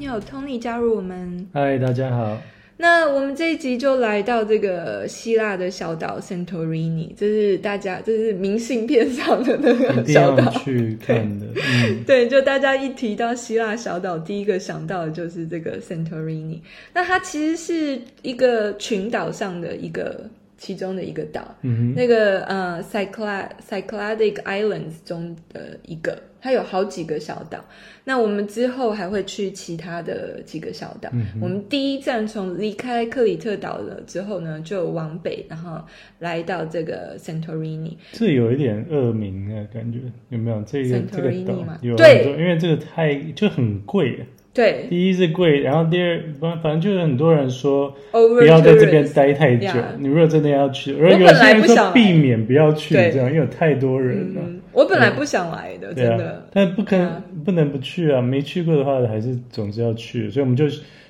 友 Tony 加入我们。嗨，大家 好。那我们这一集就来到这个希腊的小岛 Santorini，这是大家这是明信片上的那一个定小要岛。去看的，嗯，对，就大家一提到希腊小岛，第一个想到的就是这个 Santorini。那它其实是一个群岛上的一个其中的一个岛，嗯那个呃 Cycla Cycladic Islands 中的一个，它有好几个小岛。那我们之后还会去其他的几个小岛。嗯哼我们第一站从离开克里特岛了之后呢，就往北，然后来到这个 Santorini。这有一点恶名啊，感觉有没有？这个 Santorini 这个岛吗有对很多，因为这个太就很贵，对第一是贵，然后第二反反正就是很多人说，Over 不哦要在这边 Torres 待太久 Yeah，你如果真的要去，而本有来些人不说想避免不要去对这样，因为有太多人了。嗯，我本来不想来的，对真啊的，。但不可啊能不能不去啊！没去过的话，还是总是要去，所以我们就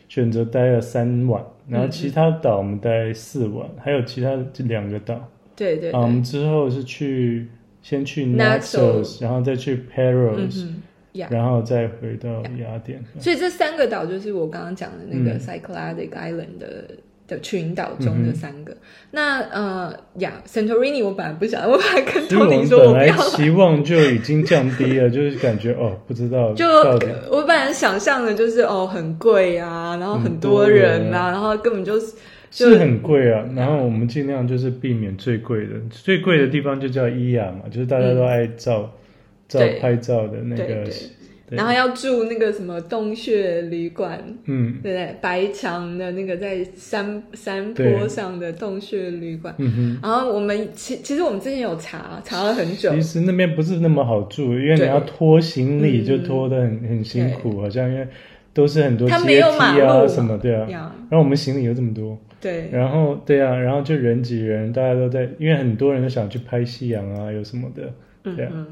选择待了三晚，然后其他岛我们待四晚，还有其他这两个岛对对啊。我对们，之后是去先去 Naxos Naxos，然后再去嗯 Paros，、哼，Yeah。然后再回到雅典。所以这三个岛就是我刚刚讲的那个嗯 Cycladic Island 的、的群岛中的三个。那呃呀，Santorini 我本来不想，我 本来跟所以我 Tony 们说我本不来要来，期望就已经降低 了，就是感觉哦，不知道就到底我本来想象的就是哦很贵啊，然后很多人啊，然后根本就是就是很贵啊，然后我们尽量就是避免最贵的，最贵的地方就叫伊雅嘛，就是大家都爱照、照对拍照的那嗯对个对，对然后要住那个什么洞穴旅馆。嗯对不对？白墙的那个在山山坡对上的洞穴旅馆，嗯然后我们其其实我们之前有查查了很久哼，，其实那边不是那么好住，因为你对要拖行李嗯就拖得很、很辛苦，好像因为都是很多它没阶有马梯路啊嘛什么，对啊。呀然后我们行李又这么多，对，然后对啊，然后就人挤人，大家都在，因为很多人都想去拍夕阳啊，有什么的，对啊。嗯，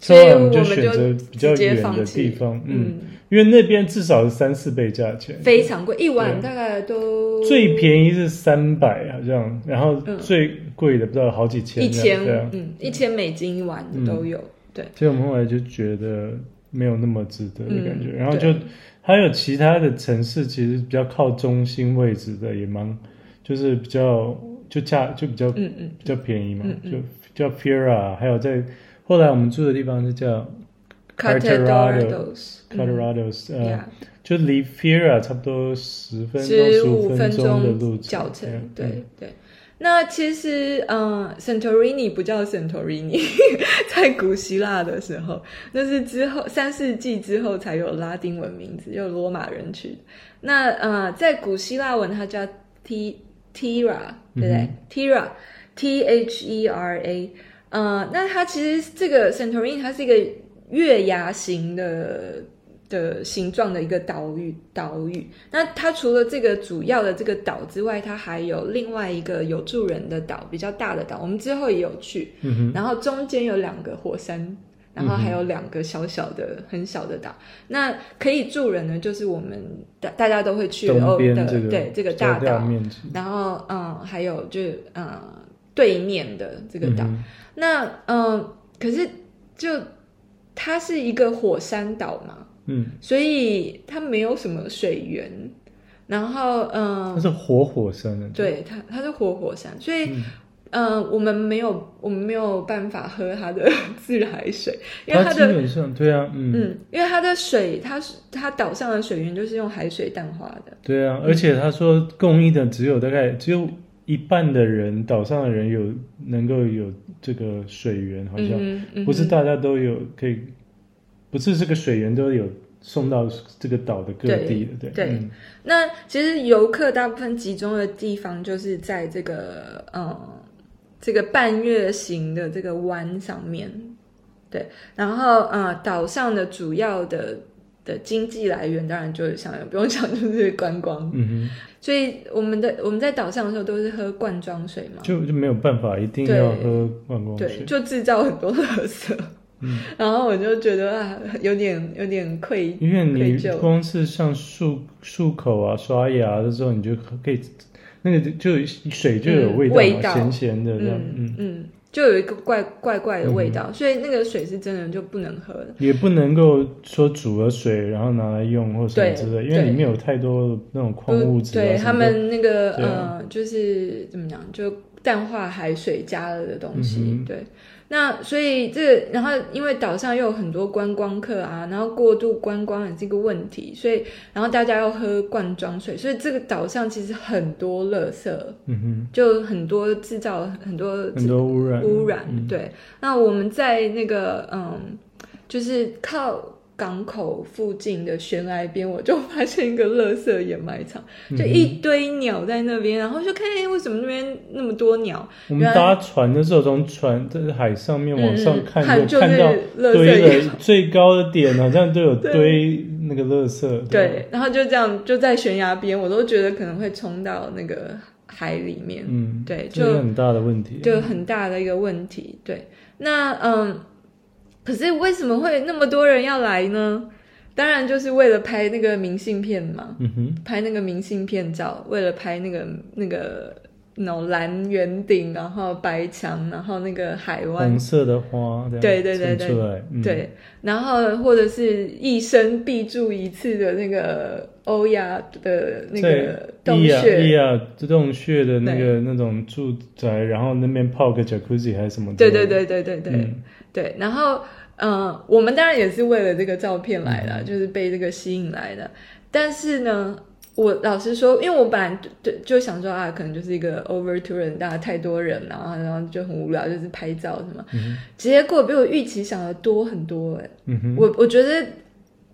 所所以以我我们们就就选择比较直接远的放弃地方，嗯，嗯，因为那边至少是三四倍价钱，非常贵，一碗对大概都最便宜是三百好像，然后嗯最贵的不知道好几千一这样，千对啊，，嗯，一千美金一碗的嗯都有，对，所以我们后来就觉得没有那么值得的感觉，嗯然后就还有其他的城市其实比较靠中心位置的也蛮，就是比较就价就比较、嗯嗯，比较便宜嘛，嗯嗯就叫 Pira，还有在后来我们住的地方是叫 Carterado Cartagenos， Colorados，、呃。呀，就离 Fira 差不多十分钟、十五五分分钟的路钟程，嗯脚程，这样对对。那其实，嗯，Santorini 不叫 Santorini，在 古希腊的时候，那是之后三世纪之后才有拉丁文名字，由罗马人取的。那呃，在古希腊文它叫 T Tira，对不对、嗯 t i r a T H E R A，呃，那它其实这个 Santorini 它是一个月牙形的的形状的一个岛屿岛屿。那它除了这个主要的这个岛之外，它还有另外一个有住人的岛，比较大的岛，我们之后也有去。嗯哼，嗯然后中间有两个火山，然后还有两个小小的、很小的岛。那可以住人呢，就是我们大大家都会去东哦边的，这个对这个比较大岛，面积然后嗯，还有就是嗯对面的这这个岛。那嗯，可是就它是一个火山岛嘛，嗯，所以它没有什么水源。然后，嗯、它是活火山的，对，它它是活火山，所以嗯，呃，我们没有我们没有办法喝它的自来 水，因为它它基的本上对啊，嗯，嗯，因为它的水，它是它岛上的水源就是用海水淡化的，对啊，而且他说供应的只有大概只有一半的人，岛上的人有能够有这个水源，好像嗯哼嗯哼不是大家都有可以，不是这个水源都有送到这个岛的各地的，对嗯那其实游客大部分集中的地方就是在这个嗯这个半月形的这个湾上面，对，然后呃岛上的主要的的经济来源当然就是想不用想 就是观光，嗯所以我们的我们在岛上的时候都是喝罐装水嘛哼，，就就没有办法，一定对要喝观光水对，。就制造很多 垃圾，然后我就觉得啊有点有点愧因为愧你疚，光是像漱漱口啊、刷牙的时候，你就可以那个就就水就有味道嗯嘛，味道咸咸的这样。嗯嗯，嗯，就有一个怪怪怪的味道，所以那个水是真的就不能喝了。也不能够说煮了水然后拿来用或什么对之类，因对为里面有太多那种矿物质、啊对什么的他们那个对啊呃，就是怎么讲，就淡化海水加了的东西。嗯哼对，那所以这然后因为岛上又有很多观光客啊，然后过度观光也是一个问题，所以然后大家要喝罐装水，所以这个岛上其实很多垃圾，嗯就很多制造很多哼，很多污染，污染。嗯对，那我们在那个嗯，就是靠。港口附近的悬崖边，我就发现一个垃圾掩埋场，嗯就一堆鸟在那边，然后就看哎为什么那边那么多鸟，我原来们搭船的时候，从船在海上面往上看，嗯嗯就就看是到垃堆圾掩的最高的点，好像都有对堆那个垃圾。吧，对，然后就这样就在悬崖边，我都觉得可能会冲到那个海里面，嗯，对这是就很大的问题。就很大的一个问题。对，那嗯，可是为什么会那么多人要来呢？当然就是为了拍那个明信片嘛，嗯哼，拍那个明信片照，为了拍那个那个那种蓝圆顶，然后白墙，然后那个海湾红，色的花，这样对对对衬对出来，嗯，对，然后或者是一生必住一次的那个欧亚的那个洞伊亚伊穴，亚洞穴的那个那种住宅，然后那边泡个 jacuzzi 还是什么之对对类的？对对对对、嗯对，然后呃，我们当然也是为了这个照片来嗯的，就是被这个吸引来的，但是呢。我老实说，因为我本来就就就想说啊，可能就是一个 over tourism，大家太多人了，然后然后就很无聊，就是拍照什么。嗯哼结果比我预期想的多很多哎、嗯哼，我我觉得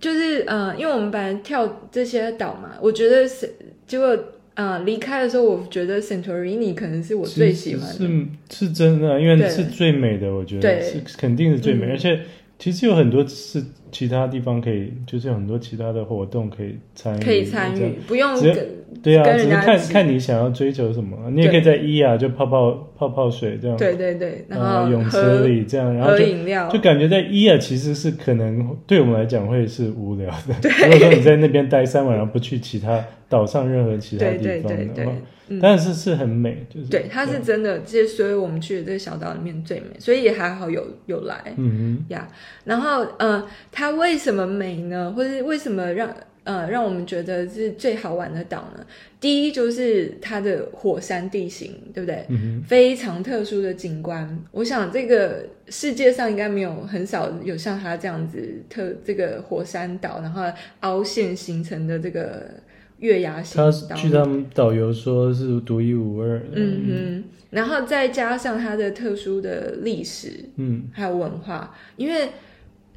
就是呃，因为我们本来跳这些岛嘛，我觉得是结果呃离开的时候，我觉得 Santorini 可能是我最喜欢的。是是真的，因为对是最美的，我觉得对是肯定是最美，嗯而且其实有很多是其他地方可以，就是有很多其他的活动可以参与，可以参这样与，，不用只要跟对啊，跟只人是家看一起看你想要追求什么，你也可以在伊雅就泡泡泡泡水这样，对对对，然呃后泳池喝里这样，然后喝就饮料就，感觉在伊啊，其实是可能对我们来讲会是无聊的。如果说你在那边待三晚，然后不去其他岛上任何其他对地对方对的对话，，嗯但是是很美，就是对，它是真的，这所以我们去的这个小岛里面最美，所以也还好有有来。嗯呀然后呃，它为什么美呢？或是为什么让呃让我们觉得是最好玩的岛呢？第一就是它的火山地形，对不对哼？嗯非常特殊的景观，我想这个世界上应该没有很少有像它这样子特这个火山岛，然后凹陷形成的这个月牙哼，形他岛据他们导游说是独一无二的。嗯哼，然后再加上它的特殊的历史，嗯还有文化，因为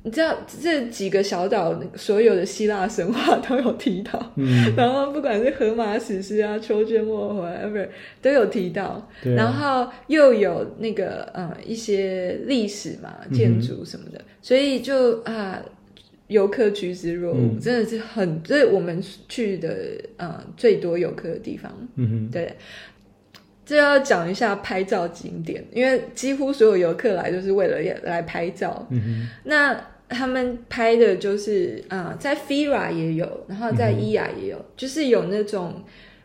你知道这几个小岛所有的希腊神话都有提到，嗯，然后不管是荷马史诗啊、秋卷末 whatever 都有提到，对啊。然后又有那个呃一些历史嘛、嗯建筑什么的，所以就啊。游客趋之若鹜，嗯真的是很，这是我们去的呃最多游客的地方。嗯对，这要讲一下拍照景点，因为几乎所有游客来都是为了也来拍照哼，。嗯那他们拍的就是啊、呃在 Fira 也有，然后在嗯哼伊雅也有，就是有那种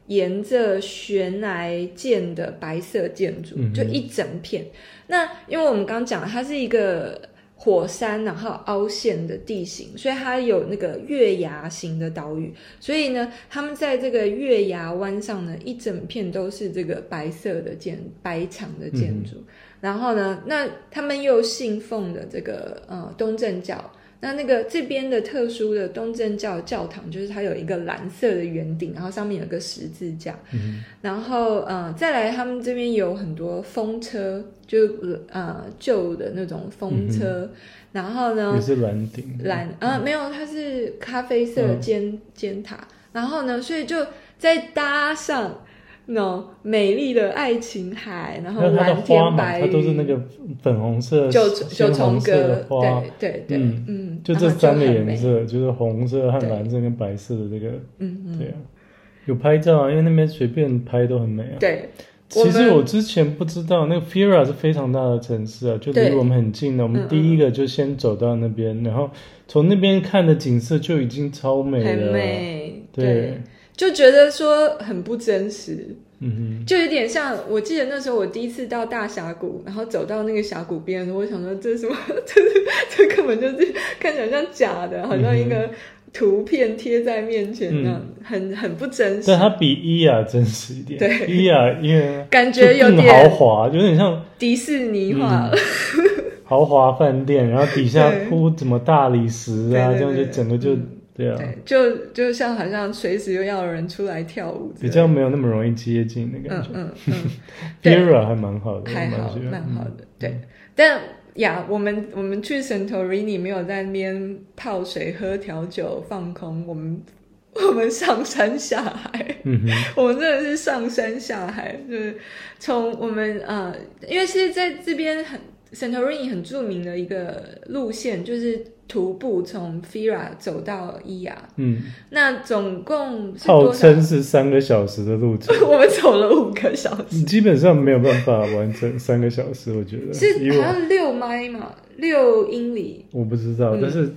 沿着悬崖建的白色建筑，嗯哼就一整片。那因为我们刚讲它是一个。火山，然后凹陷的地形，所以它有那个月牙形的岛屿，所以呢，他们在这个月牙湾上呢，一整片都是这个白色的建白墙的建嗯筑。然后呢，那他们又信奉的这个呃东正教，那那个这边的特殊的东正教教堂，就是它有一个蓝色的圆顶，然后上面有个十字架。哼嗯然后呃，再来他们这边有很多风车，就呃旧的那种风嗯车。然后呢哼，，也是蓝顶。蓝呃没有，它是咖啡嗯色尖、尖塔，然后呢，所以就再搭上那种美丽的爱琴海，然后那它的蓝花天嘛，白它云，都是那个粉红色、九鲜九红重色阁的，花对，对对，嗯嗯，就然这后三个很颜美，色，就是红色和对蓝色跟白色的这个嗯嗯，对啊，有拍照啊，因为那边随便拍都很美啊。对我其实们我之前不知道，那个 Fira 是非常大的城市啊，就离对我们很近的。我嗯们嗯第一个就先走到那边，然后从那边看的景色就已经超美很了啊。美，对，就觉得说很不真实，嗯就有点像，我记得那时候我第一次到大峡谷，然后走到那个峡谷边的时候，我想说这是什么？这是这根本就是看起来像假的，好像一个图片贴在面前那样，很很不真哼，实但，它比伊雅真实一点。对伊雅因为感觉有就更豪点华，有点像迪士尼化。豪华饭店，然后底下对铺怎么大理石啊，对对对这样就对嗯整个就对啊，对，就就像好像随时又要有人出来跳舞之比类的，较没有那么容易接近的感嗯觉。嗯嗯，对 Era 还蛮好的，还好，我蛮喜欢蛮好的嗯。对，但呀，我们我们去 Santorini 没有在那边泡水、喝调酒、放空，我们我们上山下海，嗯哼，我们真的是上山下海，就是从我们呃，因为是在这边很 Santorini 很著名的一个路线，就是徒步从 Fira 走到伊雅，嗯，那总共 是号多少？称是三个小时的路程， 我们走了五个小时。你基本上没有办法完成三个小时，我觉得。因是为好像六麦嘛，六英里，我不知道，嗯但是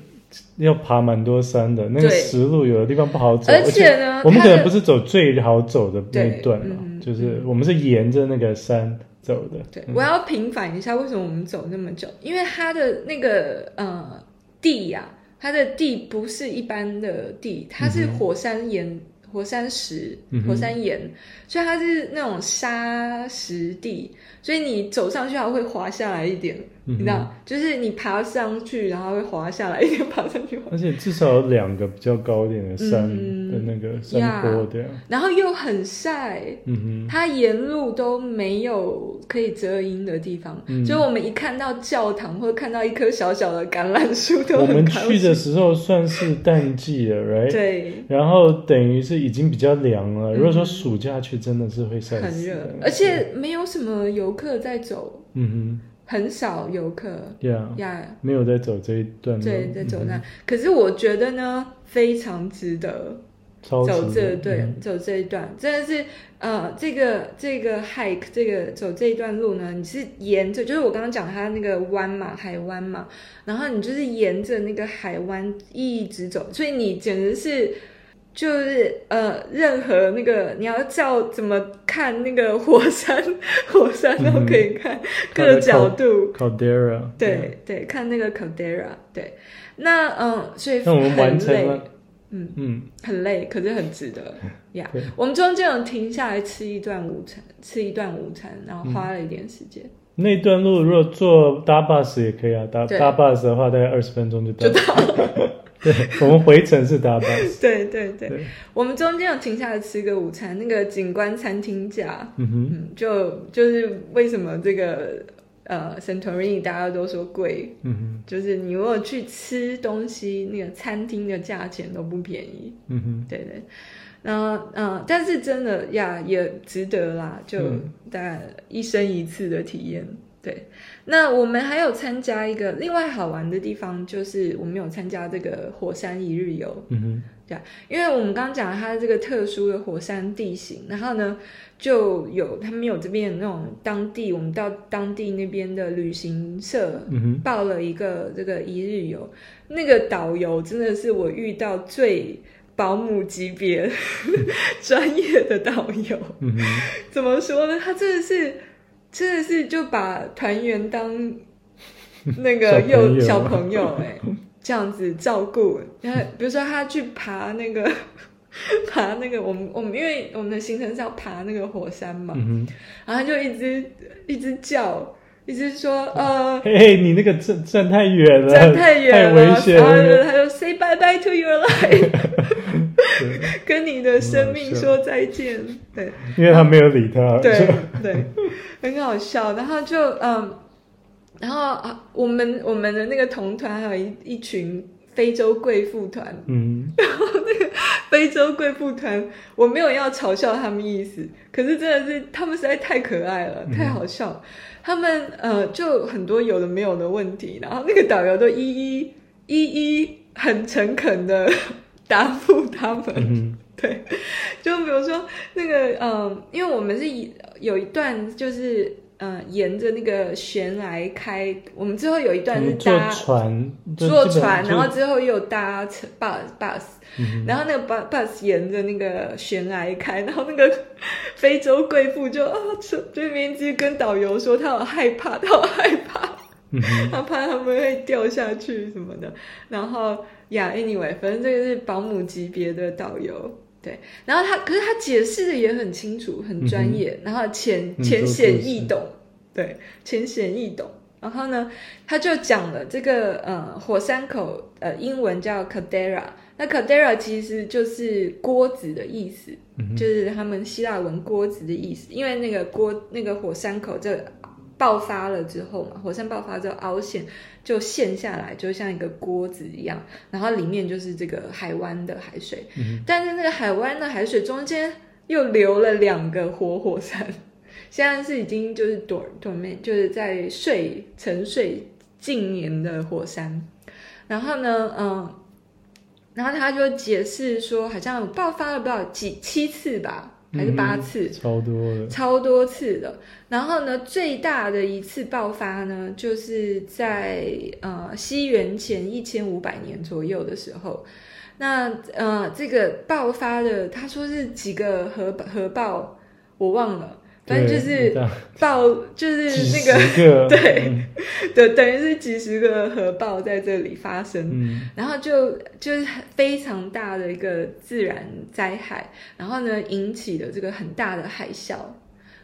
要爬蛮多山的，那个对石路有的地方不好走，而而且呢，我们它可的能不是走最好走的那一段对嘛，嗯就是我们是沿着那个山走的。对，嗯我要平反一下，为什么我们走那么久？因为它的那个呃地呀、它的地不是一般的地，它是嗯哼火山岩、火山石嗯、哼火山岩，所以它是那种沙石地，所以你走上去还会滑下来一点，嗯哼你知道，就是你爬上去，然后会滑下来一点，爬上去滑。而且至少有两个比较高一点的山嗯的那个山坡，对啊，然后又很晒，嗯它沿路都没有可以遮阴的地方，嗯所以我们一看到教堂或看到一棵小小的橄榄树哼，都我很们高兴去的哎时候算是淡季了，right？对，然后等于是已经比较凉了。嗯如果说暑假去，真的是会晒很死嗯热的，，而且没有什么游客在走，嗯很少游客哼，对啊，呀，没有在走这一段路，对，在走那嗯哼，可是我觉得呢，非常值得超走级这热对、嗯走这一段，真的是呃，这个这个 hike 这个走这一段路呢，你是沿着，就是我刚刚讲它那个湾嘛，海湾嘛，然后你就是沿着那个海湾一直走，所以你简直是。就是呃，任何那个你要照怎么看那个火山，火山都可以看、嗯各看得角透度， Caldera，啊，对对，看那个 Caldera，对，那嗯，所以那我们完很成累，了，嗯嗯，很累，可是很值 得呀。对我们中间有停下来吃一段午餐，吃一段午餐，然后花了一点时间，那段路如果坐搭 bus 也可以啊，搭对搭 bus 的话大概二十分钟就到。了。 对，我们回程是搭 bus。对对对，嗯对我们中间有停下来吃个午餐，那个景观餐厅价，嗯哼，嗯，就就是为什么这个呃 Santorini 大家都说贵，嗯就是你如果去吃东西，那个餐厅的价钱都不便宜，哼，嗯哼，对对，然后嗯，但是真的呀，也值得啦，就嗯大概一生一次的体验。对，那我们还有参加一个另外好玩的地方，就是我们有参加这个火山一日游，嗯哼，因为我们刚刚讲它这个特殊的火山地形，然后呢，就有他们有这边有那种当地，我们到当地那边的旅行社嗯哼，报了一个这个一日游，那个导游真的是我遇到最保姆级别 专业的导游。嗯哼，怎么说呢？他真的是，真的是就把团员当那个小朋幼友小朋友哎、这样子照顾。然后比如说他去爬那个。 爬那个，我们我们因为我们的行程是要爬那个火山嘛，嗯然后他就一直一直叫，一直说呃哼，嘿嘿，你那个站站太远了，站太远了，危险然后就了。他就 say bye bye to your life，对跟你的生命很好笑说再见。对因为他没有理他，对就对，很好笑。然后就嗯，然后啊，我们我们的那个同团还有一一群非洲贵妇团， 嗯， 非洲贵妇团，我没有要嘲笑他们意思，可是真的是他们实在太可爱了，嗯太好笑了。他们呃，就很多有的没有的问题，然后那个导游都一一一一很诚恳的 答复他们。嗯哼， 对，呃就比如说那个嗯，因为我们是一有一段就是呃沿着那个悬崖开，我们最后有一他段是们坐搭船，就坐基本上船，就嗯然后之后又搭车 bus bus，、然后那个 bus bus 沿着那个悬崖开，然后那个非洲贵妇就啊，就就明直跟导游说她好害怕，她好害怕，嗯她怕他们会掉下去什么的。然后呀、a n y w a y 反正这个是保姆级别的导游。对，然后他可是他解释的也很清楚，很专业，然后浅嗯浅显这个是易懂，对，浅显易懂。然后呢，他就讲了这个呃火山口呃英文叫 Caldera，那 Caldera 其实就是锅子的意思，就是他们希腊文锅子的意思，因为那个锅那个火山口这爆发了之后嘛，火山爆发之后凹陷就陷下来，就像一个锅子一样，然后里面就是这个海湾的海水，但是那个海湾的海水中间又留了两个活火山。 现在是已经就是 dorm dorm 就是在睡沉睡近年的火山，然后呢，嗯，然后他就解释说，好像爆发了不知道几七次吧，嗯还是八次，超多的，超多次的。然后呢，最大的一次爆发呢，就是在呃西元前一千五百年左右的时候。那呃，这个爆发的，他说是几个核核爆，我忘了，反正对就是大爆，就是几那十个个 对嗯对，等于是几十个核爆在这里发生。嗯，然后就就是非常大的一个自然灾害，然后呢引起了这个很大的海啸，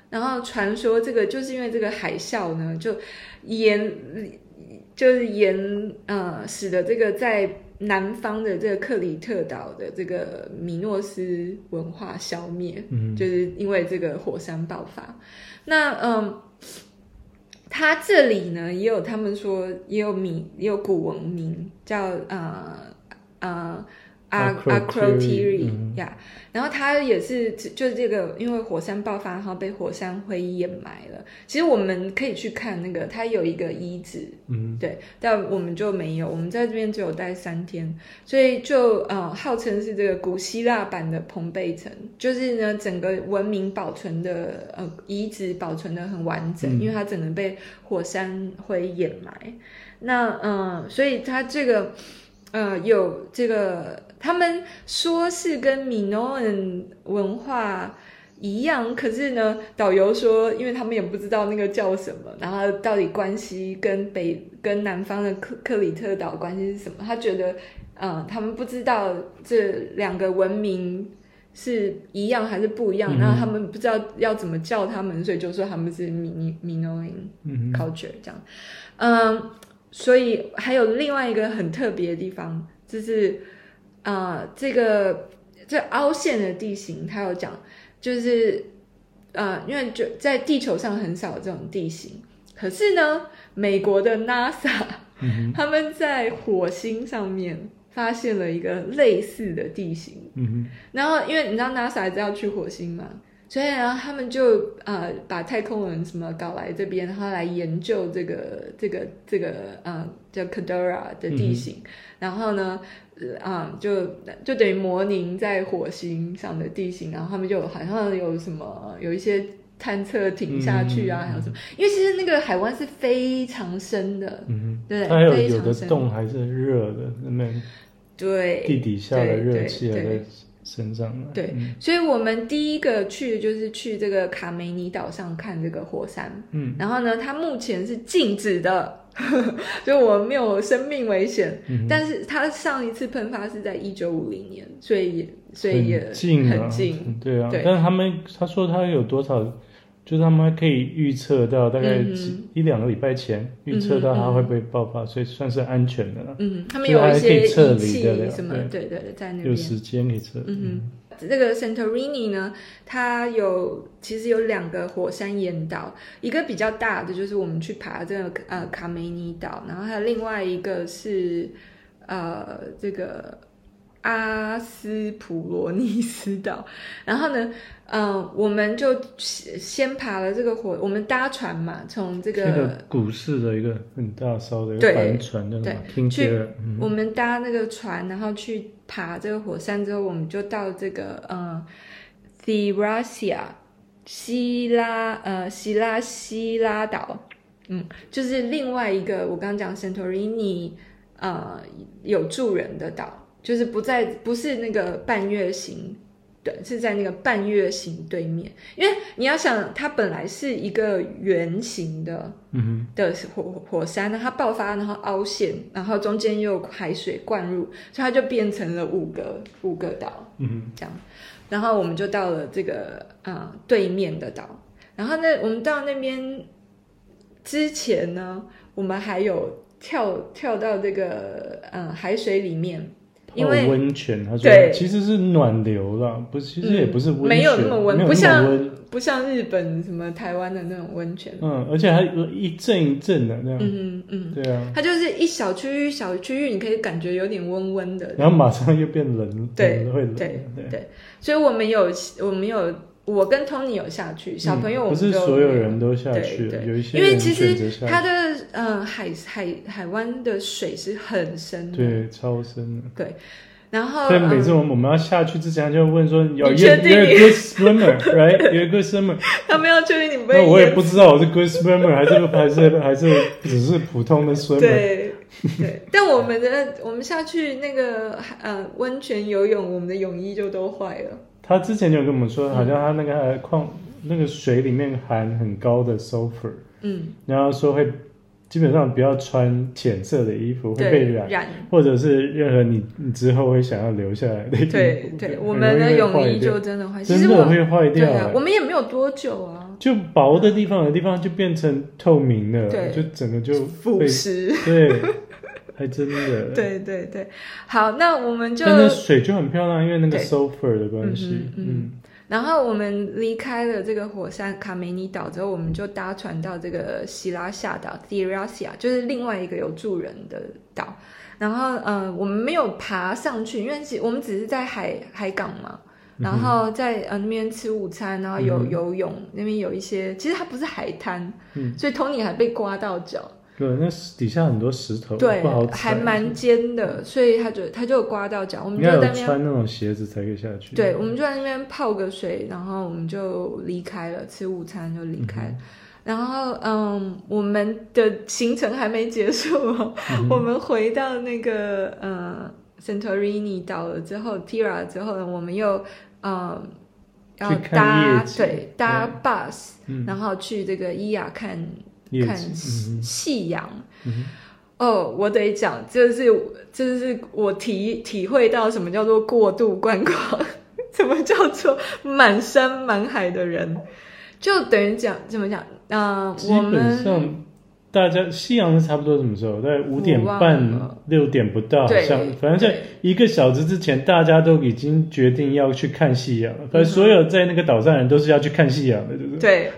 然后传说这个就是因为这个海啸呢，就沿就是沿呃使得这个在南方的这个克里特岛的这个米诺斯文化消灭，嗯就是因为这个火山爆发。那嗯，它这里呢也有他们说也有名也有古文明叫呃呃。阿阿 Akrotiri， c r o t i r i 嗯呀，然后它也是就是这个，因为火山爆发，然后被火山灰掩埋了。其实我们可以去看那个，它有一个遗址，嗯对，但我们就没有，我们在这边只有待三天，所以就呃，号称是这个古希腊版的蓬贝城，就是呢，整个文明保存的呃遗址保存的很完整，嗯因为它整个被火山灰掩埋。那呃，所以它这个呃有这个，他们说是跟米诺恩文化。一样，可是呢，导游说，因为他们也不知道那个叫什么，然后到底关系跟北跟南方的克克里特岛关系是什么？他觉得，嗯，他们不知道这两个文明是一样还是不一样，嗯然后他们不知道要怎么叫他们，所以就说他们是米米诺因。嗯 culture 这样。嗯，所以还有另外一个很特别的地方，就是呃，这个这凹陷的地形，它有讲，就是呃，因为就在地球上很少这种地形，可是呢，美国的 NASA 嗯他们在火星上面发现了一个类似的地形。嗯嗯然后因为你知道 NASA 还是要去火星嘛，所以然后他们就呃把太空人什么搞来这边，然后来研究这个这个这个呃叫 Cadora 的地形，嗯然后呢。呃啊、就就等于模拟在火星上的地形，然后他们就好像有什么有一些探测艇下去啊，嗯还有什么？因为其实那个海湾是非常深的，嗯对，哼，它还有非有常的深，洞还是热的，那么对，地底下的对热对气还对在身上来，对嗯所以我们第一个去就是去这个卡梅尼岛上看这个火山，嗯然后呢，它目前是静止的， 所以我们没有生命危险。嗯哼，但是它上一次喷发是在一九五零年，所以也所以也很近啊很近，对啊，对但是他们他说他有多少，就是他们还可以预测到大概嗯哼几一两个礼拜前预测到它会不会爆发，所以算是安全的了，嗯，他们所以有还一可些以撤仪离器得了什么，对对对，在那有边。时间可以测。嗯哼，这个 Santorini 呢，它有其实有两个火山岩岛，一个比较大的就是我们去爬这个呃卡梅尼岛，然后还有另外一个是呃这个阿斯普罗尼斯岛。然后呢，呃，我们就先先爬了这个火，我们搭船嘛，从这那个个股市的一个很大艘的一对个帆船，那个对嘛听去觉了，嗯我们搭那个船，然后去爬这个火山之后，我们就到这个呃 t h e r a s i a 希拉呃希拉希拉岛，嗯，就是另外一个我刚刚讲 Santorini 呃有住人的岛，就是不在不是那个半月形。对，是在那个半月形对面，因为你要想，它本来是一个圆形的，嗯的火火山，那它爆发，然后凹陷，然后中间又有海水灌入，所以它就变成了五个五个岛。哼，嗯这样，然后我们就到了这个啊、呃对面的岛，然后呢，我们到那边之前呢，我们还有跳跳到这个嗯、呃海水里面，哼，因为泡温泉，他说对嗯其实是暖流啦，不，其实也不是温泉，没有那么温没有不像那么温，不像日本什么台湾的那种温泉，嗯，而且还一阵一阵的那样，嗯嗯，对啊，它就是一小区域小区域，你可以感觉有点温温的，然后马上又变冷，对冷会冷，对对。所以我们有我们有我跟 Tony 有下去，小朋友嗯我不们是都所有没人都下对去了，对有一些因为人其选实择下它去的呃海海海湾的水是很深的，对超深的。然后所以每次嗯我们我们要下去之前，他就问说有你 you 确定 you're a good swimmer right you're a good swimmer，呃他们要确定你不那会我也淹不知道我是 good swimmer 还是还是还是只是普通的 swimmer， 对对，但我们的我们下去那个呃温泉游泳，我们的泳衣就都坏了。他之前就跟我们说，嗯好像他那个矿那个水里面含很高的 sulfur，嗯，然后说会基本上不要穿浅色的衣服会被对，染，染，或者是任何你你之后会想要留下来的衣服，对 对，我们的很容易会泳坏衣掉就真的坏。其真实的我会坏对掉、啊欸，我们也没有多久啊，就薄的地方有的地方就变成透明的，对就整个就腐被蚀。对，还真的。欸对对对，好，那我们就但那水就很漂亮，因为那个对 sulfur 的关系嗯，哼嗯然后我们离开了这个火山卡梅尼岛之后，我们就搭船到这个希拉夏岛 t i r a s i a 就是另外一个有住人的岛。然后，呃，我们没有爬上去，因为其我们只是在海海港嘛，然后在呃那边吃午餐，然后有嗯嗯哼游泳，那边有一些，其实它不是海滩，嗯所以 Tony 还被刮到脚，对，那底下很多石头，对不好，踩还蛮尖的，所以他就他就有刮到脚，我们应就在该有那边穿那种鞋子才可以下去。对，我们就在那边泡个水，然后我们就离开了，吃午餐就离嗯开了。然后，嗯，我们的行程还没结束哦，嗯我们回到那个呃 Santorini 岛了之后，Tira 之后呢，我们又嗯要去看搭夜景对搭 bus，、嗯然后去这个伊雅看叶看子，嗯夕阳。嗯哼哦，我得讲，这是这是我体体会到什么叫做过度观光，什么叫做满山满海的人，就等于讲怎么讲？嗯、基我本们上大家夕阳是差不多什么时候？大概五点我忘半了、六点不到，好对像反正在对一个小时之前，大家都已经决定要去看夕阳嗯了。反正所有在那个岛上的人都是要去看夕阳的，就是 对，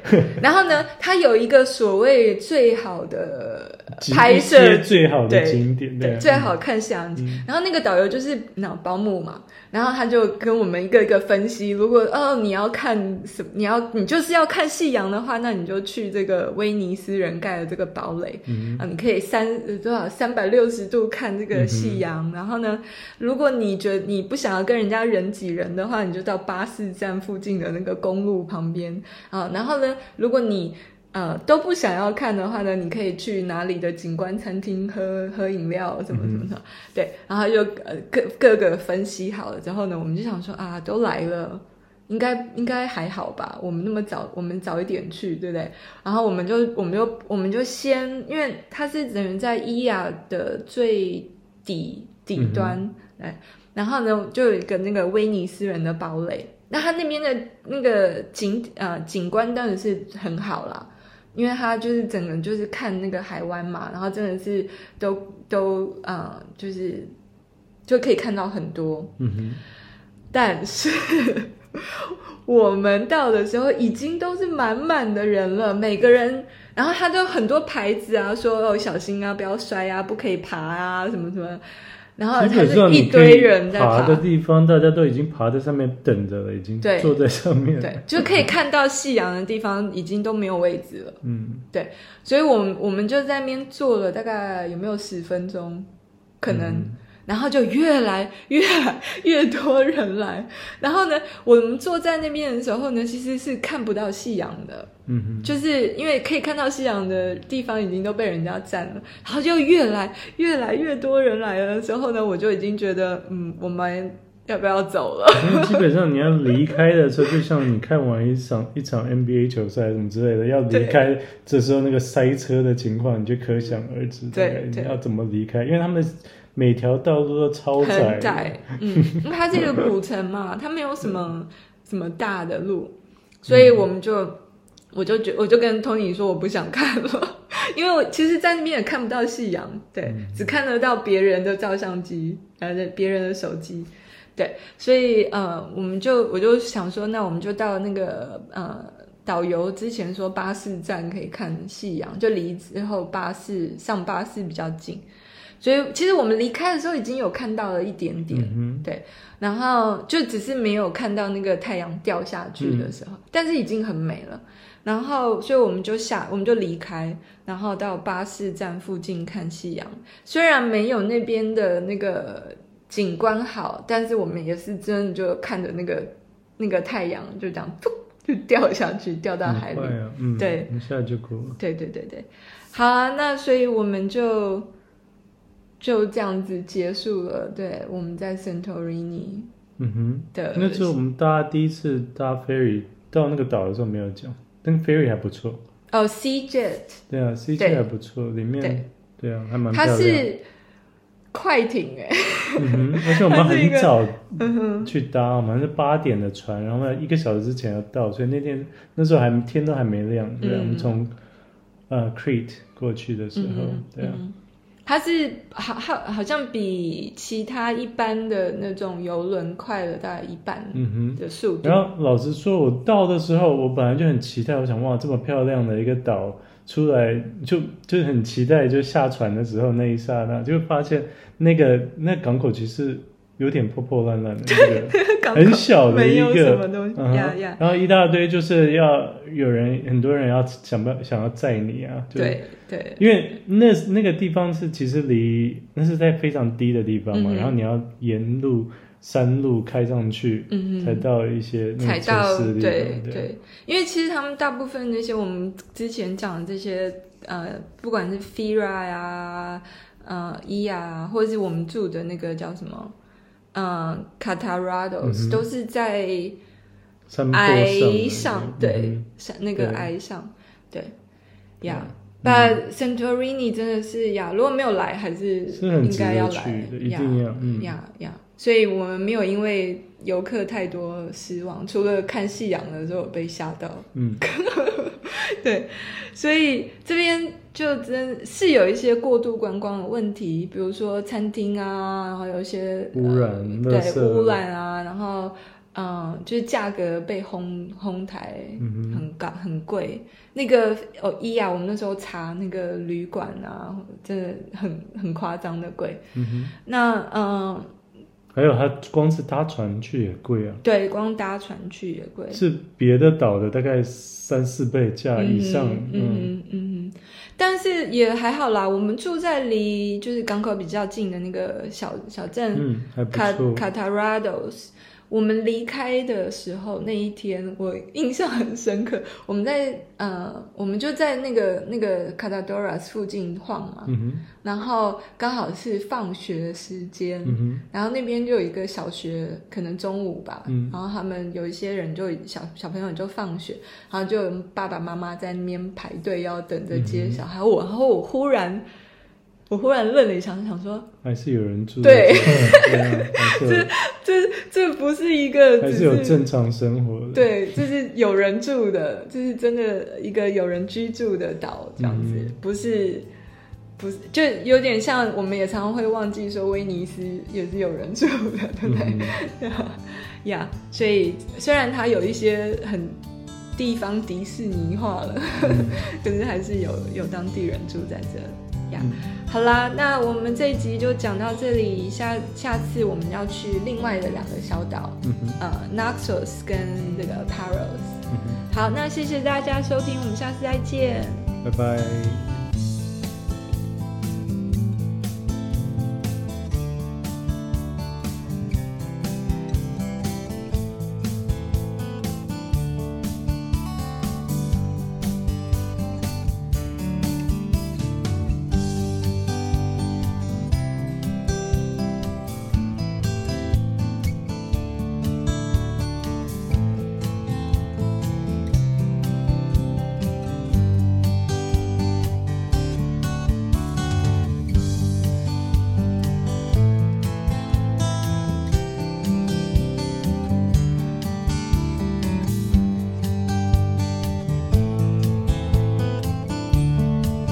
然后呢，它有一个所谓最好的景拍一摄些最好的对景点，嗯对，啊最好看相机。然后那个导游就是那种保姆嘛，然后他就跟我们一个一个分析，如果哦你要看什么，你要你就是要看夕阳的话，那你就去这个威尼斯人盖的这个堡垒，嗯啊，你可以三呃多少三百六十度看这个夕嗯阳。然后呢，如果你觉得你不想要跟人家人挤人的话，你就到巴士站附近的那个公路旁边啊。然后呢，如果你呃都不想要看的话呢，你可以去哪里的景观餐厅喝喝饮料什么什么的。对，然后就呃各各个分析好了之后呢，我们就想说啊，都来了。应该应该还好吧，我们那么早，我们早一点去，对不对？然后我们就我们就我们就先，因为它是等于在伊雅的最底底端，对。然后呢，就有一个那个威尼斯人的堡垒，那它那边的那个景呃景观当然是很好啦，因为它就是整个就是看那个海湾嘛，然后真的是都都呃就是就可以看到很多，嗯哼，但是 我们到的时候已经都是满满的人了，每个人，然后他都有很多牌子啊，说哦小心啊，不要摔啊，不可以爬啊，什么什么，然后基他本上是你一可以堆人在爬的地方，大家都已经爬在上面等着了，已经对坐在上面了，对，就可以看到夕阳的地方已经都没有位置了，嗯，所以我们我们就在那边坐了大概有没有十分钟，可能，嗯然后就越来 越来越多人来，然后呢，我们坐在那边的时候呢，其实是看不到夕阳的，嗯哼，就是因为可以看到夕阳的地方已经都被人家占了，然后就越来越来越多人来了之后呢，我就已经觉得，嗯，我们要不要走了？因为基本上你要离开的时候，就像你看完 一场一场 NBA 球赛什么之类的，要离开这时候那个塞车的情况，你就可想而知，对大概对你要怎么离开？因为他们每条道路都超窄很的，窄，嗯，因为它是一个古城嘛，它没有什么什么大的路，所以我们就，我就觉，我就跟 Tony 说我不想看了， 因为我其实，在那边也看不到夕阳，对，只看得到别人的照相机，呃，别人的手机，对，所以呃，我们就我就想说，那我们就到那个呃。导游之前说巴士站可以看夕阳，就离之后巴士上巴士比较近，所以其实我们离开的时候已经有看到了一点点，嗯然后就只是没有看到那个太阳掉下去的时候，嗯但是已经很美了。然后，所以我们就下，我们就离开，然后到巴士站附近看夕阳。虽然没有那边的那个景观好，但是我们也是真的就看着那个那个太阳就这样噗就掉下去，掉哼，到海里很。快啊，嗯，对，一下就哭了。对对对对，好啊，那所以我们就就这样子结束了。对，我们在 Santorini 嗯哼，的那次我们搭第一次搭 ferry 到那个岛的时候没有讲，但 ferry 还不错，哦 C Jet，对啊，C 对 G 还不错，里面对啊还蛮它漂亮的，是快艇哎、嗯哼，而且我们 它是一很个早嗯哼，去搭，我们是八点的船，然后呢一个小时之前要到，所以那天那时候还天都还没亮，对、啊，嗯我们从呃 Crete 过去的时候，嗯哼对啊，嗯哼它是好好好像比其他一般的那种游轮快了大概一半嗯的速哼。度， 然后老实说，我到的时候，我本来就很期待，我想哇，这么漂亮的一个岛出来，就就是很期待，就下船的时候那一刹那，就发现那个那港口其实有点破破烂烂的，那个港很口小的没一有个，什么东西嗯呀哼呀，然后一大堆就是要有人，很多人要想办想要载你啊，就是，对对，因为那那个地方是其实离那是在非常低的地方嘛，嗯哼然后你要沿路山路开上去，嗯才哼。到一些那踩个到城市的地对方，对，因为其实他们大部分那些我们之前讲的这些呃，不管是 Fira 呀、呃 E 啊，或者是我们住的那个叫什么，呃 Catarados，、嗯哼都是在崖山坡啊上上，对，山、那个嗯对崖上，对对呀。嗯 But Santorini 真的是呀，如果没有来，还是是很应值该要得来去的，一呀定要，嗯，呀呀，所以我们没有因为游客太多失望，除了看夕阳的时候有被吓到，嗯，对，所以这边就真是有一些过度观光的问题，比如说餐厅啊，然后有一些污染呃垃圾对污染啊，然后嗯、呃就是价格被哄哄抬，嗯哼很高很贵。那个哦一啊，我们那时候查那个旅馆啊，真的很很夸张的贵。嗯哼，那嗯。还有它光是搭船去也贵啊。对，光搭船去也贵。是别的岛的大概三四倍价以上，嗯嗯嗯嗯，但是也还好啦。我们住在离就是港口比较近的那个小小镇嗯，还不卡错，卡塔拉多斯。我们离开的时候那一天，我印象很深刻。我们在呃，我们就在那个那个卡塔多拉斯附近晃嘛，嗯然后刚好是放学时间，哼，嗯哼，然后那边就有一个小学，可能中午吧，嗯然后他们有一些人就小小朋友就放学，然后就有爸爸妈妈在那边排队要等着嗯接小孩。我然后我忽然，我忽然愣了一下，想说还是有人住，对， 对啊，还是有这这不是一个还只是有正常生活的，对，就是有人住的，就是真的一个有人居住的岛这样子，嗯不是。不是，就有点像我们也常常会忘记说威尼斯也是有人住的，对不对？嗯哼， 呀所以虽然它有一些很地方迪士尼化了， 可是还是有有当地人住在这呀。嗯好啦，那我们这一集就讲到这里，下下次我们要去另外的两个小岛，嗯哼，呃，Naxos 跟这个 Paros。嗯好，那谢谢大家收听，我们下次再见。哼，拜拜。